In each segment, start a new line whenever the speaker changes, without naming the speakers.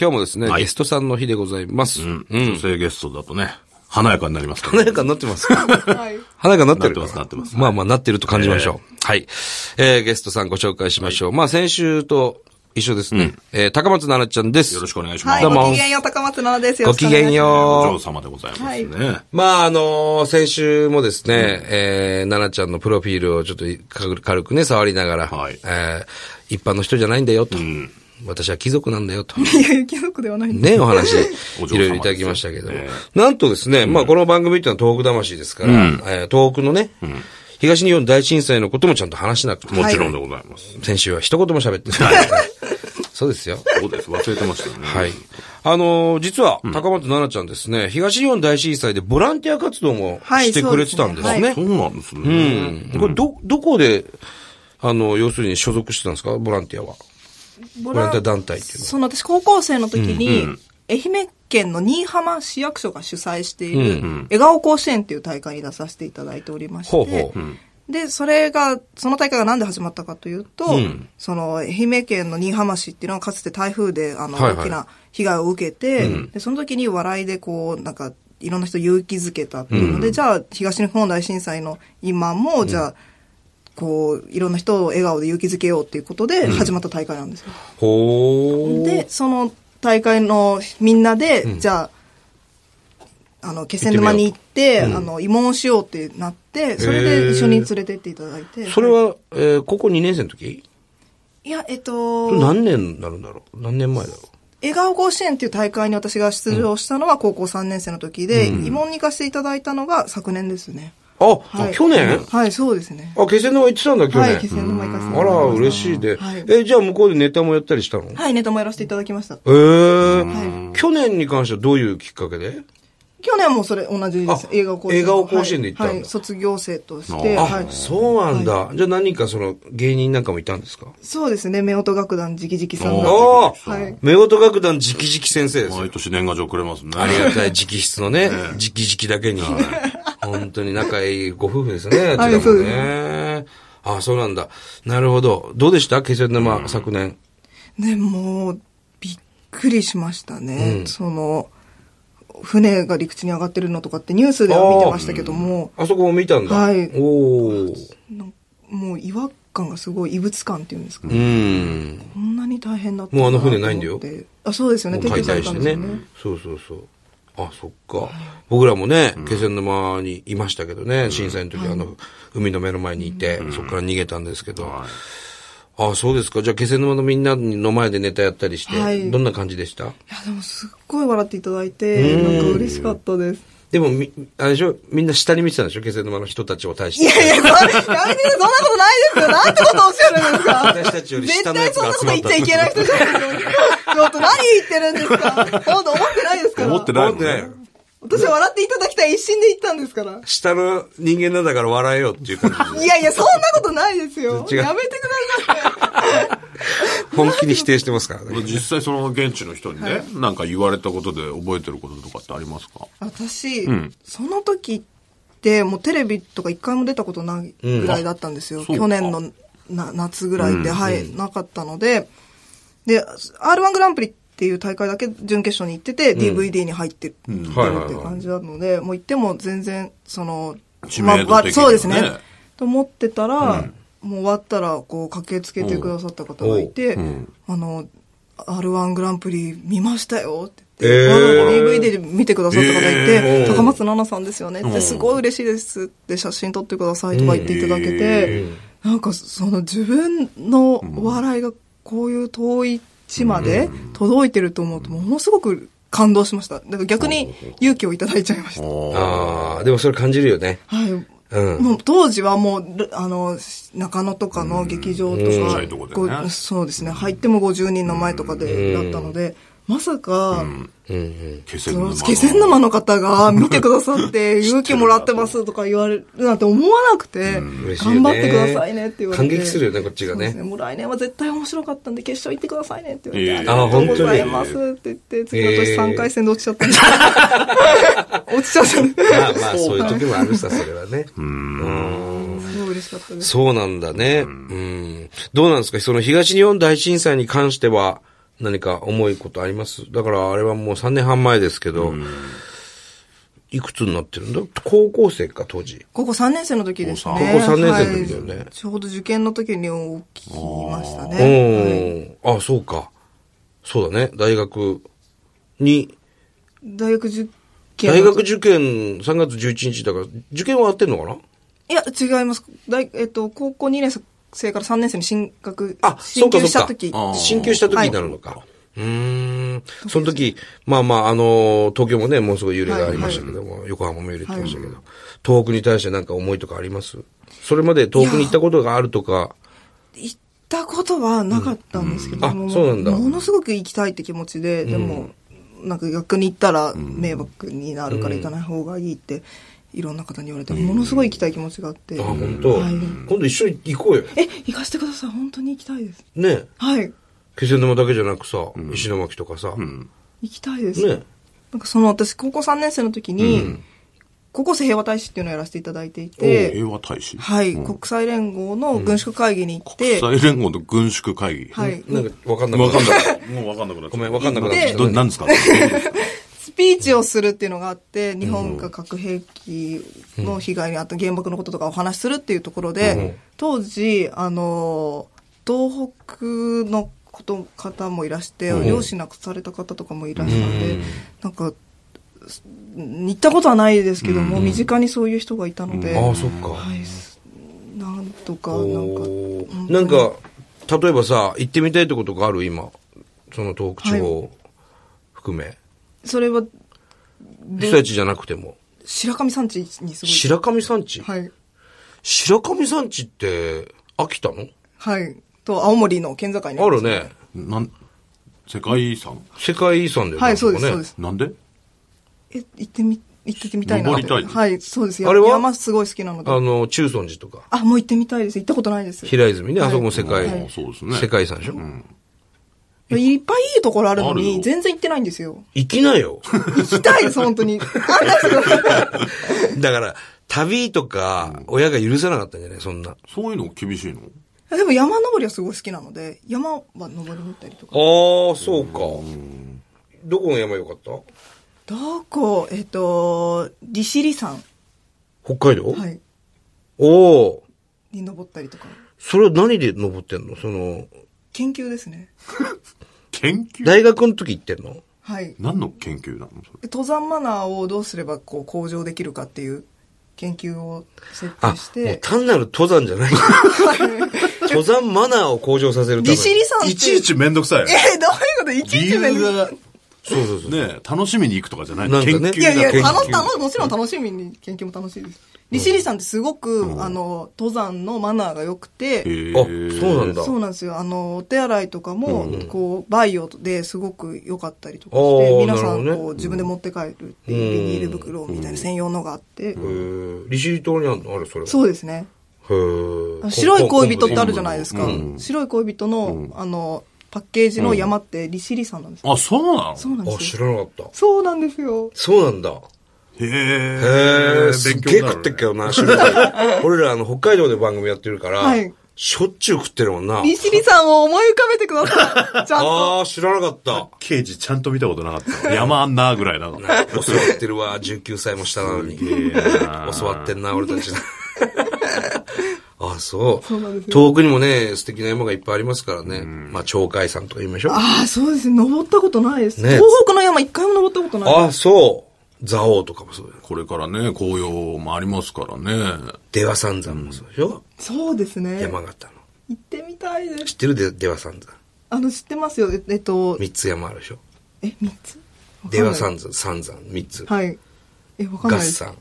今日もですね、
はい
ゲストさんの日でございます。
うん。女性ゲストだとね、華やかになりますから
華
ね。
やかになって ますか華やかになってる
なってますなってます
まあまあなってると感じましょう。はい。えー、ゲストさんご紹介しましょう。まあ先週と一緒ですね。えー、高松奈々ちゃんです。
よろしくお願いします。
はい、
どうも
ごきげんよう、高松菜奈です。
ごきげん
お
よ
嬢
う。
様でございますね。
はい
まああのー先週もですね、えー、奈々ちゃんのプロフィールをちょっと軽軽くね、触りながら、
はい
えー、一般の人じゃないんだよと。私は貴族なんだよと。
いや、雪の子ではないんで
ね、お話、
お嬢様です
いろいろいただきましたけども
え。
なんとですね、まあこの番組っていうのは東北魂ですから、えー東北のね、東日本大震災のこともちゃんと話しなくて、
もちろんでございます。
先週は一言も喋ってない。 そうですよ。
そうです。忘れてましたよね。
はい。あのー実は、高松奈々ちゃんですね、東日本大震災でボランティア活動も
はい
してくれてたんです
そう
ね。
そうなんですね。
うんこれ、ど、どこで、あの、要するに所属してたんですかボランティアは。
す。ボ
ボランティア団体っていうのは。
その私、高校生の時に、愛媛県の新居浜市役所が主催している、笑顔甲子園っていう大会に出させていただいておりまして、
ほうほう。
で、それが、その大会がなんで始まったかというと、その、愛媛県の新居浜市っていうのはかつて台風で、あの、
はいはい
大きな被害を受けて、で、その時に笑いでこう、なんか、いろんな人を勇気づけたっていうので、じゃあ、東日本大震災の今も、じゃあ、こう、いろんな人を笑顔で勇気づけようっていうことで始まった大会なんですよ。
ほー。
で、その大会のみんなで、じゃあ、あの、気仙沼に行って、あの、慰問をしようってなって、それで一緒に連れてっていただいて。
それは、えー高校2年生の時
いや、えっと、
何年になるんだろう何年前だろ
笑顔甲子園っていう大会に私が出場したのは高校3年生の時で、慰問に行かせていただいたのが昨年ですね。
うあ、
はい
去年
はい、そうですね。
あ、気仙沼行ってたんだ、去
は
年。
い、気仙沼行かせてい
あ
ただき
ら、
まし
嬉しいで。
はい
え、じゃあ向こうでネタもやったりしたの
た。はい、ネタもやらせていただきました。
え
は
ー。去年に関してはどういうきっかけで
去年もそれ同じです
あ。
映画甲子園。
映画を甲子園で行ったんだ
はいはい、卒業生として。
あ
はい、
そうなんだ。じゃあ何かその芸人なんかもいたんですか
そうですね、夫婦楽団直々さんが。
お
お
お
ー
はい
夫婦楽団直々先生ですよ
毎。年年賀状くれますね。
ありがたい直筆 のね、直々だけに。本当に仲いいご夫婦ですね、あちら
そ
も
うで
ね。あ、そうなんだ。なるほど。どうでした気仙沼、昨年。
ね、もう、びっくりしましたね。その、船が陸地に上がってるのとかってニュースでは見てましたけども、
あそこも見たんだ。
はい
おー
なんもう違和感がすごい、異物感っていうんですか、
うん。
こんなに大変だった
もうあの
なと思
船
って
ないんだよ
あ、そうですよね。
もう解
され
体
た
し
ん
て
です
ね
よね。。
そうそうそう。あ、そっか。僕らもね、気仙沼にいましたけどね、震災の時、あの、海の目の前にいて、そこから逃げたんですけど。
はい
あ、そうですか。じゃあ、気仙沼のみんなの前でネタやったりし
は
て、
い
どんな感じでした
いや、でもすっごい笑っていただいて、なんか嬉しかったです。
でも、み、あれでしょみんな下に見てたんでしょ気仙沼の人たちを対し
いや
て。
いや、そんやめてくださいそんなことないですよ。なんてことをおっしゃるんですか。
私たちより下のやつが集まった
絶対そんなこと言っちゃいけない人じゃないですよ。ちょっと何言ってるんですか。本当思ってないですから。
思ってない
思ってないよ。
私は笑っていただきたい一心で言ったんですから。
下の人間なんだから笑えよっていう感じで。
いやいや、そんなことないですよ。
違う
やめてくださ
本気に否定してますからね。
実際その現地の人にね、なんか言われたことで覚えてることとかってありますか
い。私、その時って、もうテレビとか一回も出たことないぐらいだったんですよ。
んそうか
去年のな夏ぐらいで、はい、なかったので、で、R1 グランプリっていう大会だけ準決勝に行ってて、DVD に入ってるっていう
はいはいはい
感じなので、もう行っても全然、その、
知名度的にはね
まあそうですね。と思ってたら、もう終わったら、こう、駆けつけてくださった方がいて、あの、R1 グランプリ見ましたよって言って、
えー
あの DVD で見てくださった方がいて、
えー
高松菜奈さんですよねっ
うん
て、すごい嬉しいですって写真撮ってくださいとか言っていただけて、なんかその自分の笑いがこういう遠い地まで届いてると思うと、ものすごく感動しました。だから逆に勇気をいただいちゃいました。
ああ、でもそれ感じるよね。
はい。
うん。
もう当時はもう、るあの、中野とかの劇場と
小
か
さいとこ、で
こ
ね
うそうですね、入っても50人の前とかで、だったので、まさか、
うんうん。
気仙
そ
沼
の
の。
気仙沼の方が見てくださ って、勇気もらってますとか言われるなんて思わなくて、
嬉しいよね
頑張ってくださいねって言われて。
感激するよねこっちがね
そうですもう来年は絶対面白かったんで、決勝行ってくださいねって言われて、
ええ
ありがとうござい
あ本
ま
当
す
に
って言って、次の
ええ
年3回戦で落ちちゃったんで。落ちちゃったんで。
まあまあ、そういう時もあるさ、それはね。
すごい嬉しかったです。
そうなんだね。うん。どうなんですかその東日本大震災に関しては、何か思いことありますだからあれはもう3年半前ですけど、いくつになってるんだ高校生か、当時。
高校3年生の時ですね。
高校三年生の時だよね
はいちょうど受験の時に起きました
う
ね。
ん。あ、そうか。そうだね。大学に、
はい大学受験の
大
時。
学受験3月11日だから、受験はやってんのかない
や、違います。大えっと、高校2年生から3年生に進学、
あ、そう
進
か
級
そう
した
か
時。。
あー
進級した時になるのか。うーん。その時、まあまあ、あのー東京もね、もうすごい揺れがありましたけども、横浜も揺れてましたけど、東北に対してなんか思いとかありますそれまで東北に行ったことがあるとか、
行ったことはなかったんですけど、
うんあ
も
そうなんだ
ものすごく行きたいって気持ちで、でも、なんか逆に行ったら迷惑になるから行かない方がいいって、いろんな方に言われて、ものすごい行きたい気持ちがあって。
あ、本当、
はい
今度一緒に行こうよ。
え、行かせてください。本当に行きたいです。
ねえ
はい。
気仙沼だけじゃなくさ、石巻とかさ、
うん。
行きたいです。
ね
なんかその私、高校3年生の時に、
うん
高校生平和大使っていうのをやらせていただいてい
え
て、
平和大使
はい、
うん
国際連合の軍縮会議に行って、
国際連合の軍縮会議。
はい、
なんかわかんな
わかん
い。
ない。もうわかんなくなっちゃった。
ごめんわかんなくなっ
ちゃった
ど何ですか
スピーチをするっていうのがあって、日本が核兵器の被害にあった原爆のこととかお話しするっていうところで、
うん
当時、あの、東北のこと方もいらして、
うん
漁師亡くされた方とかもいらしたんで、なんか、す行ったことはないですけども、身近にそういう人がいたので、
ああ、そっか。
はい、すなんとか、なんか、
おーなんか、例えばさ、行ってみたいってことがある今。その東北地方含め。
それは、
被災地じゃなくても。
白神山地にすごい。
白神山地、
はい。
白神山地って、秋田の
はい。と、青森の県境に
あるね。
なん、世界遺産
世界遺産だよね。
はい、そうで
あ
す、
こ
そう
ね
です。
なんで
え、行ってみ、行ってみたいなって。
登りたい
はい、そうです。
あれは
山すごい好きなので。
あの、中尊寺とか、
あ、もう行ってみたいです。行ったことないです。
平泉ね、
はい
あそこも世界、
はい
そうですね
世界遺産でしょ、
いっぱいいいところあるの
ある
に、
よ
全然行ってないんですよ。
行きな よ。
行きたいです、本当に。あんなすごい。
だから、旅とか、親が許さなかったんじゃないそんな。
そういうの厳しいの
でも山登りはすごい好きなので、山は登りに行ったりとか。
ああ、そうか。どこの山良かった
どこえっと、利尻山。
北海道、
はい。
おお。
に登ったりとか。
それは何で登ってんのその、
研究ですね。
研究
大学の時行ってんの
はい。
何の研究なのそれ。
登山マナーをどうすればこう向上できるかっていう研究を設
あ
定し、
もう
て。
単なる登山じゃ ない。登山マナーを向上させるために。
利尻山って。
いちいちめんどくさい。
え、どういうこといちい
理
ち面
由
倒
が、
そうそうそう。
ね、楽しみに行くとかじゃない
なん
の
か
研
ね
究だ
いやいや、
研究
楽し、楽し、もちろん楽しみに研究も楽しいです。利尻さんってすごく、あの、登山のマナーが良く
へ
て、
ー
あそうなんだ
そうなんですよ。あの、お手洗いとかも、こう、バイオですごく良かったりとか
お
し
ー
て、皆さ
なるほ
ん、
どね
こ
う
うん自分で持って帰るっていう、ビニール袋みたいな専用のがあって、
へー利尻島にあるのあれ、それ。
そうですね。
へー
あの白い恋人ってあるじゃないですか。白い恋人の、あの、パッケージの山って利尻山なんですよ。
あ、そうなの
そうなんで
あ、
す
知
よ。
らなかった。
そうなんですよ。
そうなんだ。
へ
へ
え
え、すっげえ食ってっけどな、白 い。俺らあの、北海道で番組やってるから
はい、
しょっちゅう食ってるもんな。
利尻さんを思い浮かべてくださ い。ちゃんと。
ああ、知らなかった。
刑事ちゃんと見たことなか った。山あんなぐらいなの。
教わってるわ、19歳も下なのに。教わってんな、俺たち。あ、そう。
そうなんですよ
遠くにもね、素敵な山がいっぱいありますからね。まあ、鳥海山とか言いましょう。
ああ、そうですね。登ったことないです。
ね
東北の山一回も登ったことない。
あ、そう。蔵王とかもそうだよ。
これからね、紅葉もありますからね。
出羽三山もそうでしょ、
そうですね。
山
行
形の。
ってみたいで
知
す
っ。てるで、出羽三山。
あの、知ってますよ。ええっと、
三つ山あるでしょ
え、三つ
出羽
ん
三山、三山、三つ。
はい。え、わかんない
合
です。
山。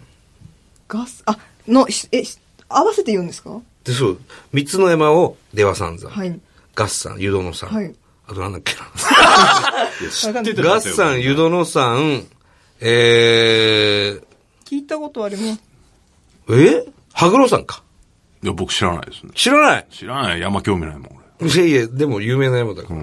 ガス。あ、の、ひえ、ひ合わせて言うんですか
で、そう。三つの山を出羽三山。
はい。
合山、湯殿山。
はい
あとなんだっけな。
わかんない
てた
ガッサン、湯殿さん、えー、
聞いたことあります。
え羽黒さんか。
いや、僕知らないですね。
知らない
知らない。山興味ないもん、
いやいや、でも有名な山だから。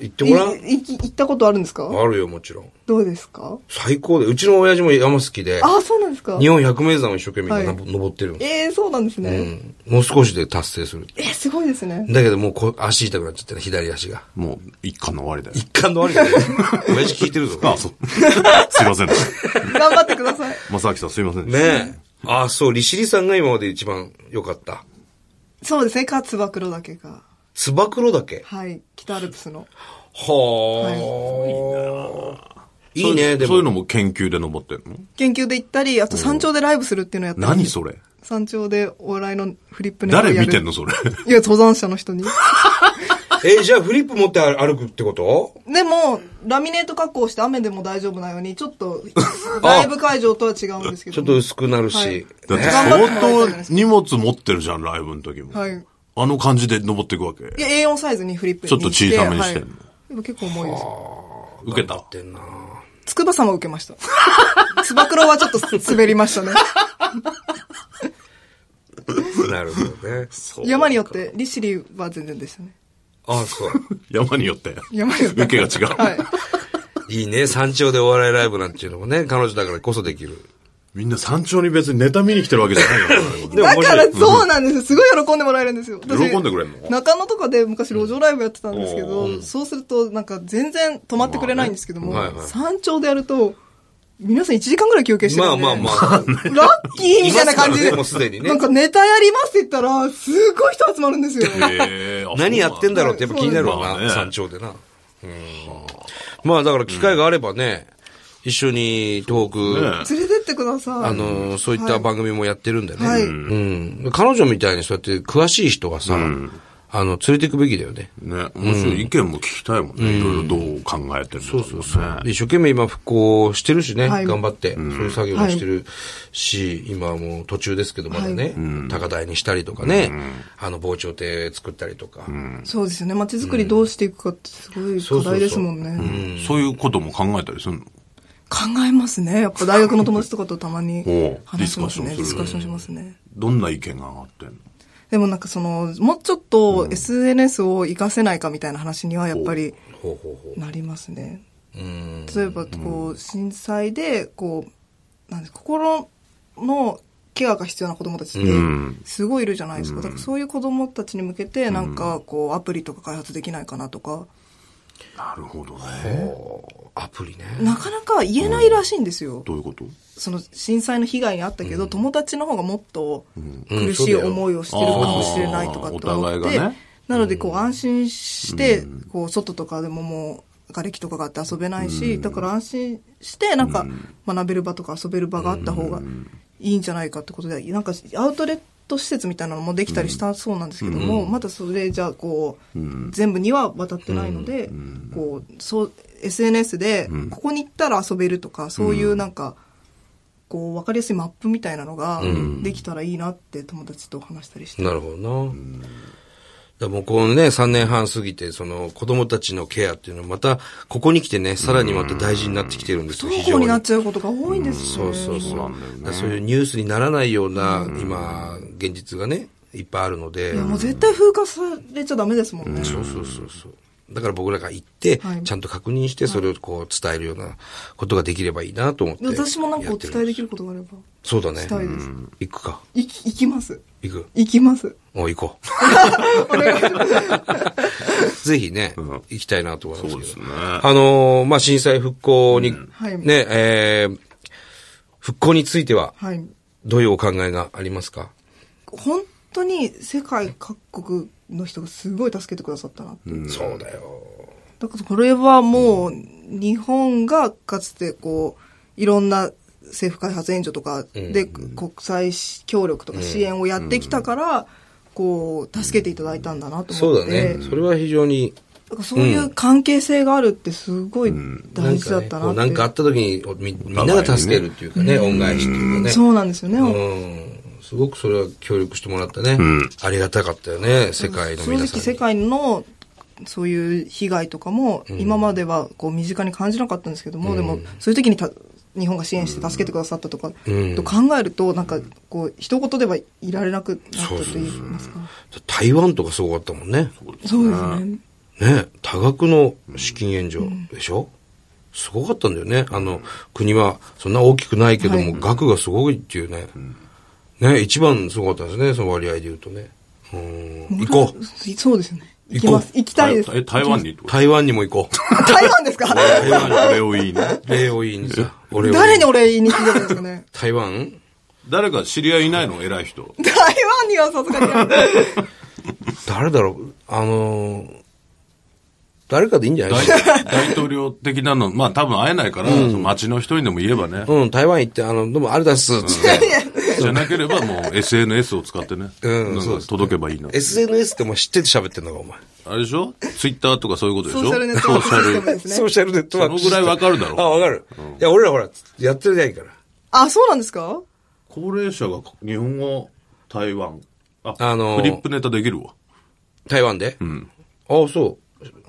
行ってもらう
いい行ったことあるんですか
あるよ、もちろん。
どうですか
最高で。うちの親父も山好きで、
あ、そうなんですか
日本百名山を一生懸命今な、
はい
登ってるんです
ええそうなんですね。
うん。もう少しで達成する。
えーすごいですね。
だけどもうこ足痛くなっちゃってね、左足が。
もう、一巻の終わりだよ。
一貫の悪い よね。親父聞いてるぞ。
あ、そう。 すいませんでした。
頑張ってください。
正明さんすいませんでした。
ねえ。あ、そう、利尻さんが今まで一番良かった。
そうですね、か、つば黒岳か。
つば黒岳。
はい、北アルプスの。
はあ、い。いね、でも。
そういうのも研究で登ってんの
研究で行ったり、あと山頂でライブするっていうのをやったり。
何それ
山頂でお笑いのフリップネタをや
誰
る
見てんのそれ。
いや、登山者の人に。
え、じゃあフリップ持って歩くってこと
でも、ラミネート加工して雨でも大丈夫なように、ちょ っと、ライブ会場とは違うんですけど。
ちょっと薄くなるし。
だって
ね
頑張ってもらいたいじゃない
相
です
当荷物持ってるじゃん、ライブの時も。
はい
あの感じで登っていくわけ。
いや、A4 サイズにフリップに
ちょっと小さめにしてんの
はいでも結構重いです。
受けた。
ってんな
つくばさんは受けました。つば九郎はちょっと滑りましたね。
なるほどね。
山によって、利尻は全然でしたね。
あ、そう。
山によって。
山によって。
受けが違う。
はい。
いいね。山頂でお笑いライブなんていうのもね、彼女だからこそできる。
みんな山頂に別にネタ見に来てるわけじゃ ないからね。これ
も面
だか
白い
らそうなんですよ。すごい喜んでもらえるんですよ。私
喜んでくれんの
中野とかで昔路上ライブやってたんですけど、
うん
そうするとなんか全然止まってくれないんですけども、
まあねはいはい
山頂でやると、皆さん1時間ぐらい休憩して
ま
る
あ
んで、
まあまあ。
ラッキーみたいな感じ
いますからね
で、
もうすでにね
なんかネタやりますって言ったら、すごい人集まるんですよ。
へーあ
何やってんだろうってやっぱ気になる
そう
わ
なん
な、
だ
山頂でな。うんまあだから機会があればね、一緒に東
ね
北、
連れてってください。
あのー、そういった番組もやってるんでね。
はい
うん。彼女みたいにそうやって詳しい人はさ、あの、連れて行くべきだよね。
ね、面白い意見も聞きたいもんね。いろいろどう考えてるそうそうそう。
で一生懸命今復興してるしね、
はい
頑張って、そういう作業もしてるし、今はもう途中ですけど、まだね、高台にしたりとかね、あの、防潮堤作ったりとか。
そうですよね。街づくりどうしていくかってすごい課題ですもんね。
そういうことも考えたりするの
考えますね。やっぱ大学の友達とかとたまに
おう
話しますね。
デ
デ
ィ
ィ
ス
ス
カ
カ
ッ
ッ
シ
シ
ョ
ョ
ン
ン
す
し
る
ますね。
どんな意見が上がってんの
でもなんかその、もうちょっと SNS を活かせないかみたいな話にはやっぱり
ほうほうほ
なりますね。
う。うん。
例えばこう、震災で、こう、なんで心のケアが必要な子供たちって
ん
すごいいるじゃないですか。だからそういう子供たちに向けてなんかこう、アプリとか開発できないかなとか、
なるほどね。
おアプリね。
なかなか言えないらしいんですよ。
どういうこと
その震災の被害に遭ったけど、友達の方がもっと
う
苦
んそう
し
だ
い
よ
思いをしてるかもしれないとかって
あー
思
お
っ
互い
て、
がね
なのでこう安心して、こう外とかでももう瓦礫とかがあって遊べないし、だから安心してなんか学べる場とか遊べる場があった方がいいんじゃないかってことで、なんかアウトレット施設みたいなのもできたりしたそうなんですけども、まだそれじゃあこう、全部には渡ってないので、こうそう SNS でここに行ったら遊べるとか、そういうなんか、こう分かりやすいマップみたいなのができたらいいなって友達と話したりして、
なるほどな。だからもうこのね、3年半過ぎて、その子供たちのケアっていうのはまた、ここに来てね、さらにまた大事になってきてるんです
不
よ、
登校になっ
非
ちゃうことが多いんです
常
よ
に
ね。
そうそうそう。
そう
だ
なんだよね
からそういうニュースにならないような、今、現実がね、いっぱいあるので。
いやもう絶対風化されちゃダメですもんね。
そうそうそうそう。だから僕らが行って、
はい
ちゃんと確認して、それをこう伝えるようなことができればいいなと思って。
私もなんかお伝えでき
る。
ることがあれば、
そうだね。
したいです
うん行くか。
行き、行きます。
行く。
行きます。
お、行こ
お願いします。
う。ぜひね、
ん
行きたいなと思います
そ
け
う
ど
ですね。
あのーまあ、震災復興に、
はい
ね、えー復興については、
はい。
どういうお考えがありますか
本当に世界各国の人がすごい助けてくださったなっていう。
そうだよ。
だからこれはもう日本がかつてこういろんな政府開発援助とかで国際協力とか支援をやってきたからこう助けていただいたんだなと
そ
思
う
っ
だ
て
ね。それは非常に、
だからそういう関係性があるってすごい大事だったな
なんか,、ね、こ
って
うなんかあった時にみ、みんなが助けるっていうかね、恩返しっていうかね。
そうなんですよね、
うんすごくそれは協力してもらったね。
ん
ありがたかったよね、世界の
正
皆
直
さんに。
世界のそういう被害とかも今まではこう身近に感じなかったんですけども、でもそういう時にた日本が支援して助けてくださったとか、
うん
と考えるとなんかこう一言ではいられなくなったと言いますか
台湾とかすごかったもんね。
そうですね
ね、多額の資金援助でしょ、すごかったんだよね。あの、国はそんな大きくないけども、
はい
額がすごいっていうね。ね、一番すごかったですね、その割合で言うとね。うん、行こう。
そうですね。行き
行こう
ます。行きたいです。
え、台湾にってこと
台湾にも行こ
台湾ですか
台湾に俺を言いね。
う。礼を言いにさ。俺を言い
誰にお礼言いに来てたんですかね
台湾
誰か知り合いいないの偉い人。
台湾にはさすがに。
誰だろうあのー誰かでいいんじゃない
大
ですか
大統領的なの、まあ多分会えないから、その街の人にでも言えばね。
うん、台湾行って、あの、どうもあれだっす、つって。
じゃなければもう SNS を使ってね。
うん
なんか
そうです
届けばいいの。
SNS ってもう知ってて喋ってんのか、お前。
あれでしょツイッターとかそういうことでし
ソ
ょ
ーシャルネットワークシステムです
ソー
ね。
シャルネットワーク。
そのぐらいわかるだろう
あ、わかる。いや、俺らほら、やってないから。
あ、そうなんですか
高齢者が日本語、台湾。あ、
あのー
フリップネタできるわ。
台湾で
うん。
あ、そう。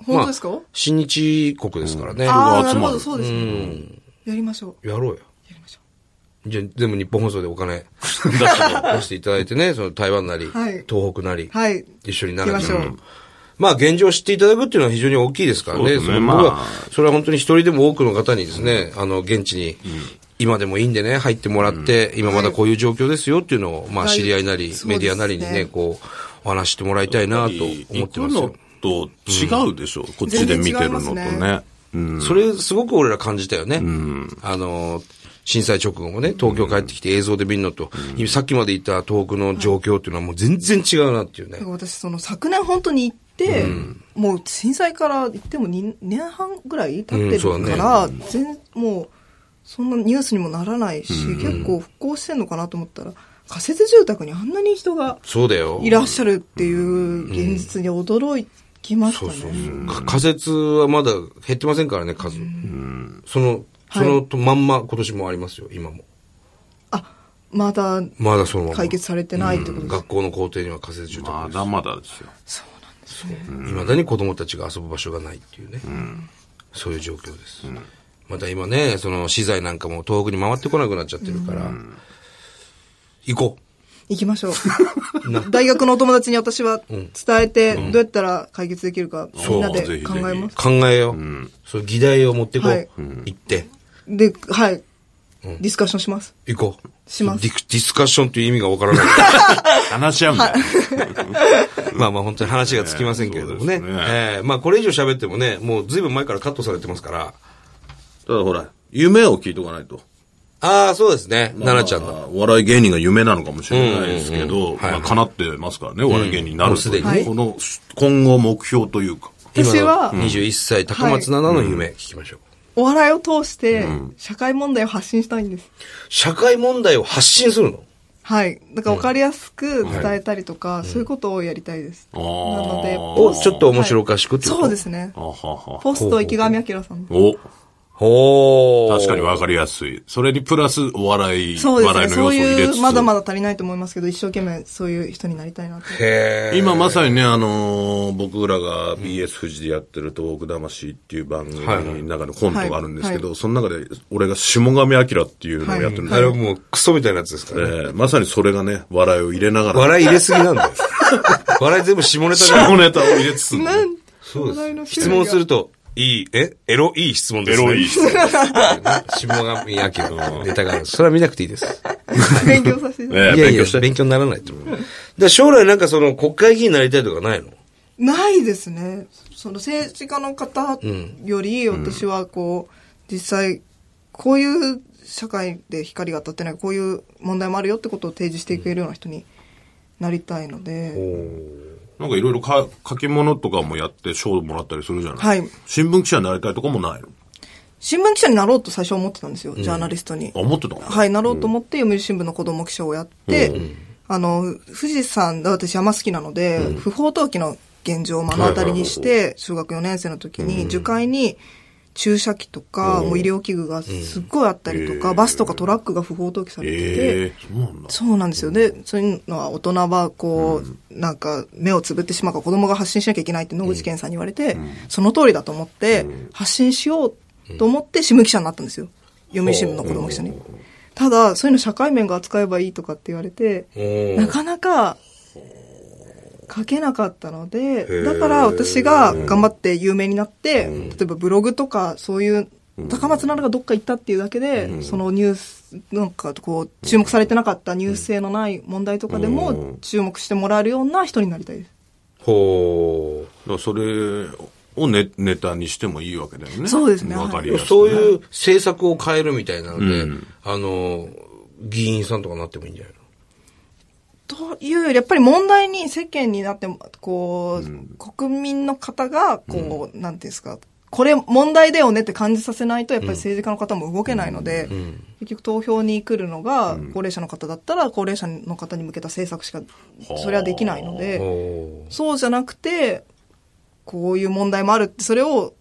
本当ですか
まあ新日国ですからね。
あ
が
あ、な
集
る
ま
ほ
る
ど、そうですね。やりましょう。
やろうよ。
やりましょ
じゃあ全部日本放送でお金
だから
出していただいてね、その台湾なり
はい、
東北なり
う。、はい。
一緒になら
行きましょう
うんまあ現状を知っていただくっていうのは非常に大きいですから
そう
ね。
ですね
その
まあ
僕は、それは本当に一人でも多くの方にですね、あの、現地に、今でもいいんでね、入ってもらって、今まだこういう状況ですよっていうのを、まあ
はい
知り合いなり、
そう
メデ
ですね
ィアなりにね、こう、お話ししてもらいたいなと思ってます
行
よ
く。のと違うでしょ、こっちで見てるのと
全然違い
ね
ま。
うん。
それ、すごく俺ら感じたよね。あの、震災直後もね、東京帰ってきて映像で見るのと、さっきまで言った東北の状況っていうのはもう全然違うなっていうね
だか。ら私、その昨年本当に行って、もう震災から行っても2年半ぐらい経ってる
うんそう
か
だ
ら、全もう、そんなニュースにもならないし、結構復興してんのかなと思ったら、仮設住宅にあんなに人が
そうだよ。
いらっしゃるっていう現実に驚きまし
そ
た
うそうそ
ね。
う。か仮説はまだ減ってませんからね、数。その、
は
そ
い
のとまんま今年もありますよ、今も。
あ、まだ
まだそのまま。
解決されてないってことですか
学校の校庭には仮設住宅
ま
です。
だまだですよ。
そうなんですね。
いまだに子供たちが遊ぶ場所がないっていうね。そういう状況です。また今ね、その資材なんかも東北に回ってこなくなっちゃってるから、行こ
行きましょう。 大学のお友達に私は伝えて、どうやったら解決できるか、
そう
みんなで
ぜひぜひ
考えま
う。
す。
考えよう。そういう議題を持ってこ
は
う
い。
行って。
で、はい。ディスカッションします。
行こう。
します
ディクディスカッションっていう意味がわからない。
話し合うんだよ。
まあまあ本当に話がつきませんけれどもね。
そうですね
ええまあこれ以上喋ってもね、もう随分前からカットされてますから。
ただほら、夢を聞いとかないと。
ああ、そうですね。奈々ちゃんの。
の。お笑い芸人が夢なのかもしれないですけ
うんうんうん
ど、
はい
まあ叶ってますからね、お笑い芸人にな
も
る
うすでに
ね
この、今後目標というか。
私は
今の21歳、高松菜奈の夢聞きましょう。
お笑いを通して、社会問題を発信したいんです。
社会問題を発信するの
はい。だから分かりやすく伝えたりとか、そういうことをやりたいです。
あ
な
ー
ので、
をちょっと面白おかしくってこと
そうですね。
あはは。
ポスト池上彰さんの。
お
ほー。
確かにわかりやすい。それにプラスお笑い、
そうです
笑
ね。
いの要素
そ
を
う
入れつ
い
つ。
う、まだまだ足りないと思いますけど、一生懸命そういう人になりたいなと。
へー。
今まさにね、あのー僕らが BS 富士でやってる東北魂っていう番組
はい
の中でコントがあるんですけど、
はいは
その中で俺が下神明っていうのをやってるんです
あれ
よ
はもうクソみたいなやつですからね。
えーまさにそれがね、笑いを入れながら、
笑い入れすぎなんだ よ。笑い全部下ネタだよ。
下ネタを入れつつ、
なん
そう
話題
で
の
す。
種
質
類
問
が
すると、いい、えエロいい質問です、ね。
エロいい質問
下神明 のネタがある。それは見なくていいです。
勉強させてい
えー
ただきます
いやい
勉
や
強して。
勉強にならないと思う。だから将来なんかその国会議員になりたいとかないの
ないですね。その政治家の方より、私はこう、実際、こういう社会で光が当たってない、こういう問題もあるよってことを提示していけるような人になりたいので、
なんかいろいろか書き物とかもやって賞もらったりするじゃない、
はい
新聞記者になりたいとかもないの
新聞記者になろうと最初思ってたんですよ、ジャーナリストに
あ、。思ってたの
はい、なろうと思って、読売新聞の子供記者をやって、あの、富士山、私山好きなので、不法投棄の現状を目の当たりにして、小学4年生の時に、樹海に注射器とか、もう医療器具がすっごいあったりとか、
うん
バスとかトラックが不法投棄されてて、
ええそうなんだ。
そうなんですよ。で、そういうのは大人はこう、なんか目をつぶってしまうから子供が発信しなきゃいけないって野口健さんに言われて、その通りだと思って、発信しようと思って新聞記者になったんですよ。読売新聞の子供記者に。ただ、そういうの社会面が扱えばいいとかって言われて、
おー
なかなか、書けなかったので、
ー
だから私が頑張って有名になって、例えばブログとかそういう、高松なるがどっか行ったっていうだけで、そのニュース、なんかこう、注目されてなかったニュース性のない問題とかでも注目してもらえるような人になりたいです。
ほ
だからそれをネネタにしてもいいわけだよね。
そうですね
わかり
う
やすく。
そういう政策を変えるみたいなので、
うん
あの、議員さんとかなってもいいんじゃないの
というより、やっぱり問題に世間になっても、こう、国民の方が、こう、なんていうんですか、これ問題だよねって感じさせないと、やっぱり政治家の方も動けないので、結局投票に来るのが、高齢者の方だったら、高齢者の方に向けた政策しか、それはできないので、
ほ
そうじゃなくて、こういう問題もあるって、それを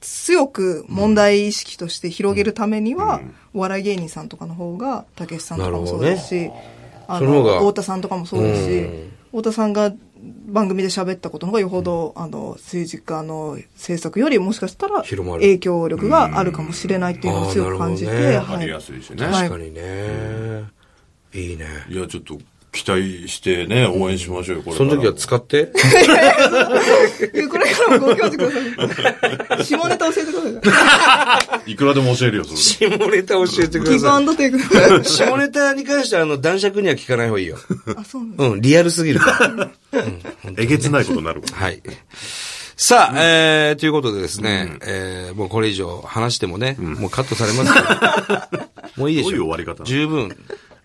強く問題意識として広げるためには、お笑い芸人さんとかの方が、たけしさんとかもそうですし、あ
その
の、
方が
太田さんとかもそうですし、
うん
太田さんが番組で喋ったことの方がよほど、あの、政治家の政策よりもしかしたら、
広まる
影響力があるかもしれないっていうのを強く感じ
うんあーな
て、
る
わか
は
り
い
や。すいしね。
う。
はい
確かにね。いいね。
い、や、ちょっと期待してね、応援しましょうよ、これか
そ
ら。
の時は使って。
これからもご教示くだ さい。下ネタ教えてくださ
いくらでも教えるよ、そ れ。
下ネタ教えて く
い。ギ
だ
ブ
さ
ア
い。
ンドテイク。あ、
下ネタに関しては、あの、男爵には聞かない方がい いよ。
そうなんです
うん、リアルすぎるから。
えげつないことになるから。
はい。さあ、えー、ということでですね、えー、もうこれ以上話してもね、もうカットされますけ どもういいでしょ
どういう終わり方なの
十分。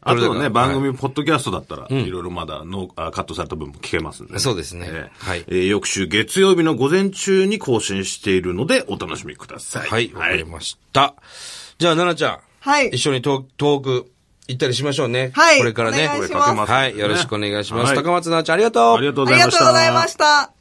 あと
これだか
ね、
ら
番
はい
組、ポッドキャストだったら、いろいろまだのあカットされた分も聞けますんで、
そうですねはい
えー翌週月曜日の午前中に更新しているので、お楽しみください。
はい、わかりました。じゃあ、奈々ちゃん。
はい
一緒にトー遠く行ったりしましょうね。
はい
これからね。
お願いします
はい、よろしくお願いします。
はい
高松奈々ちゃん、ありがとう。
ありがとうご
あ
ざ
り
いま
が
し
と
た。
うございました。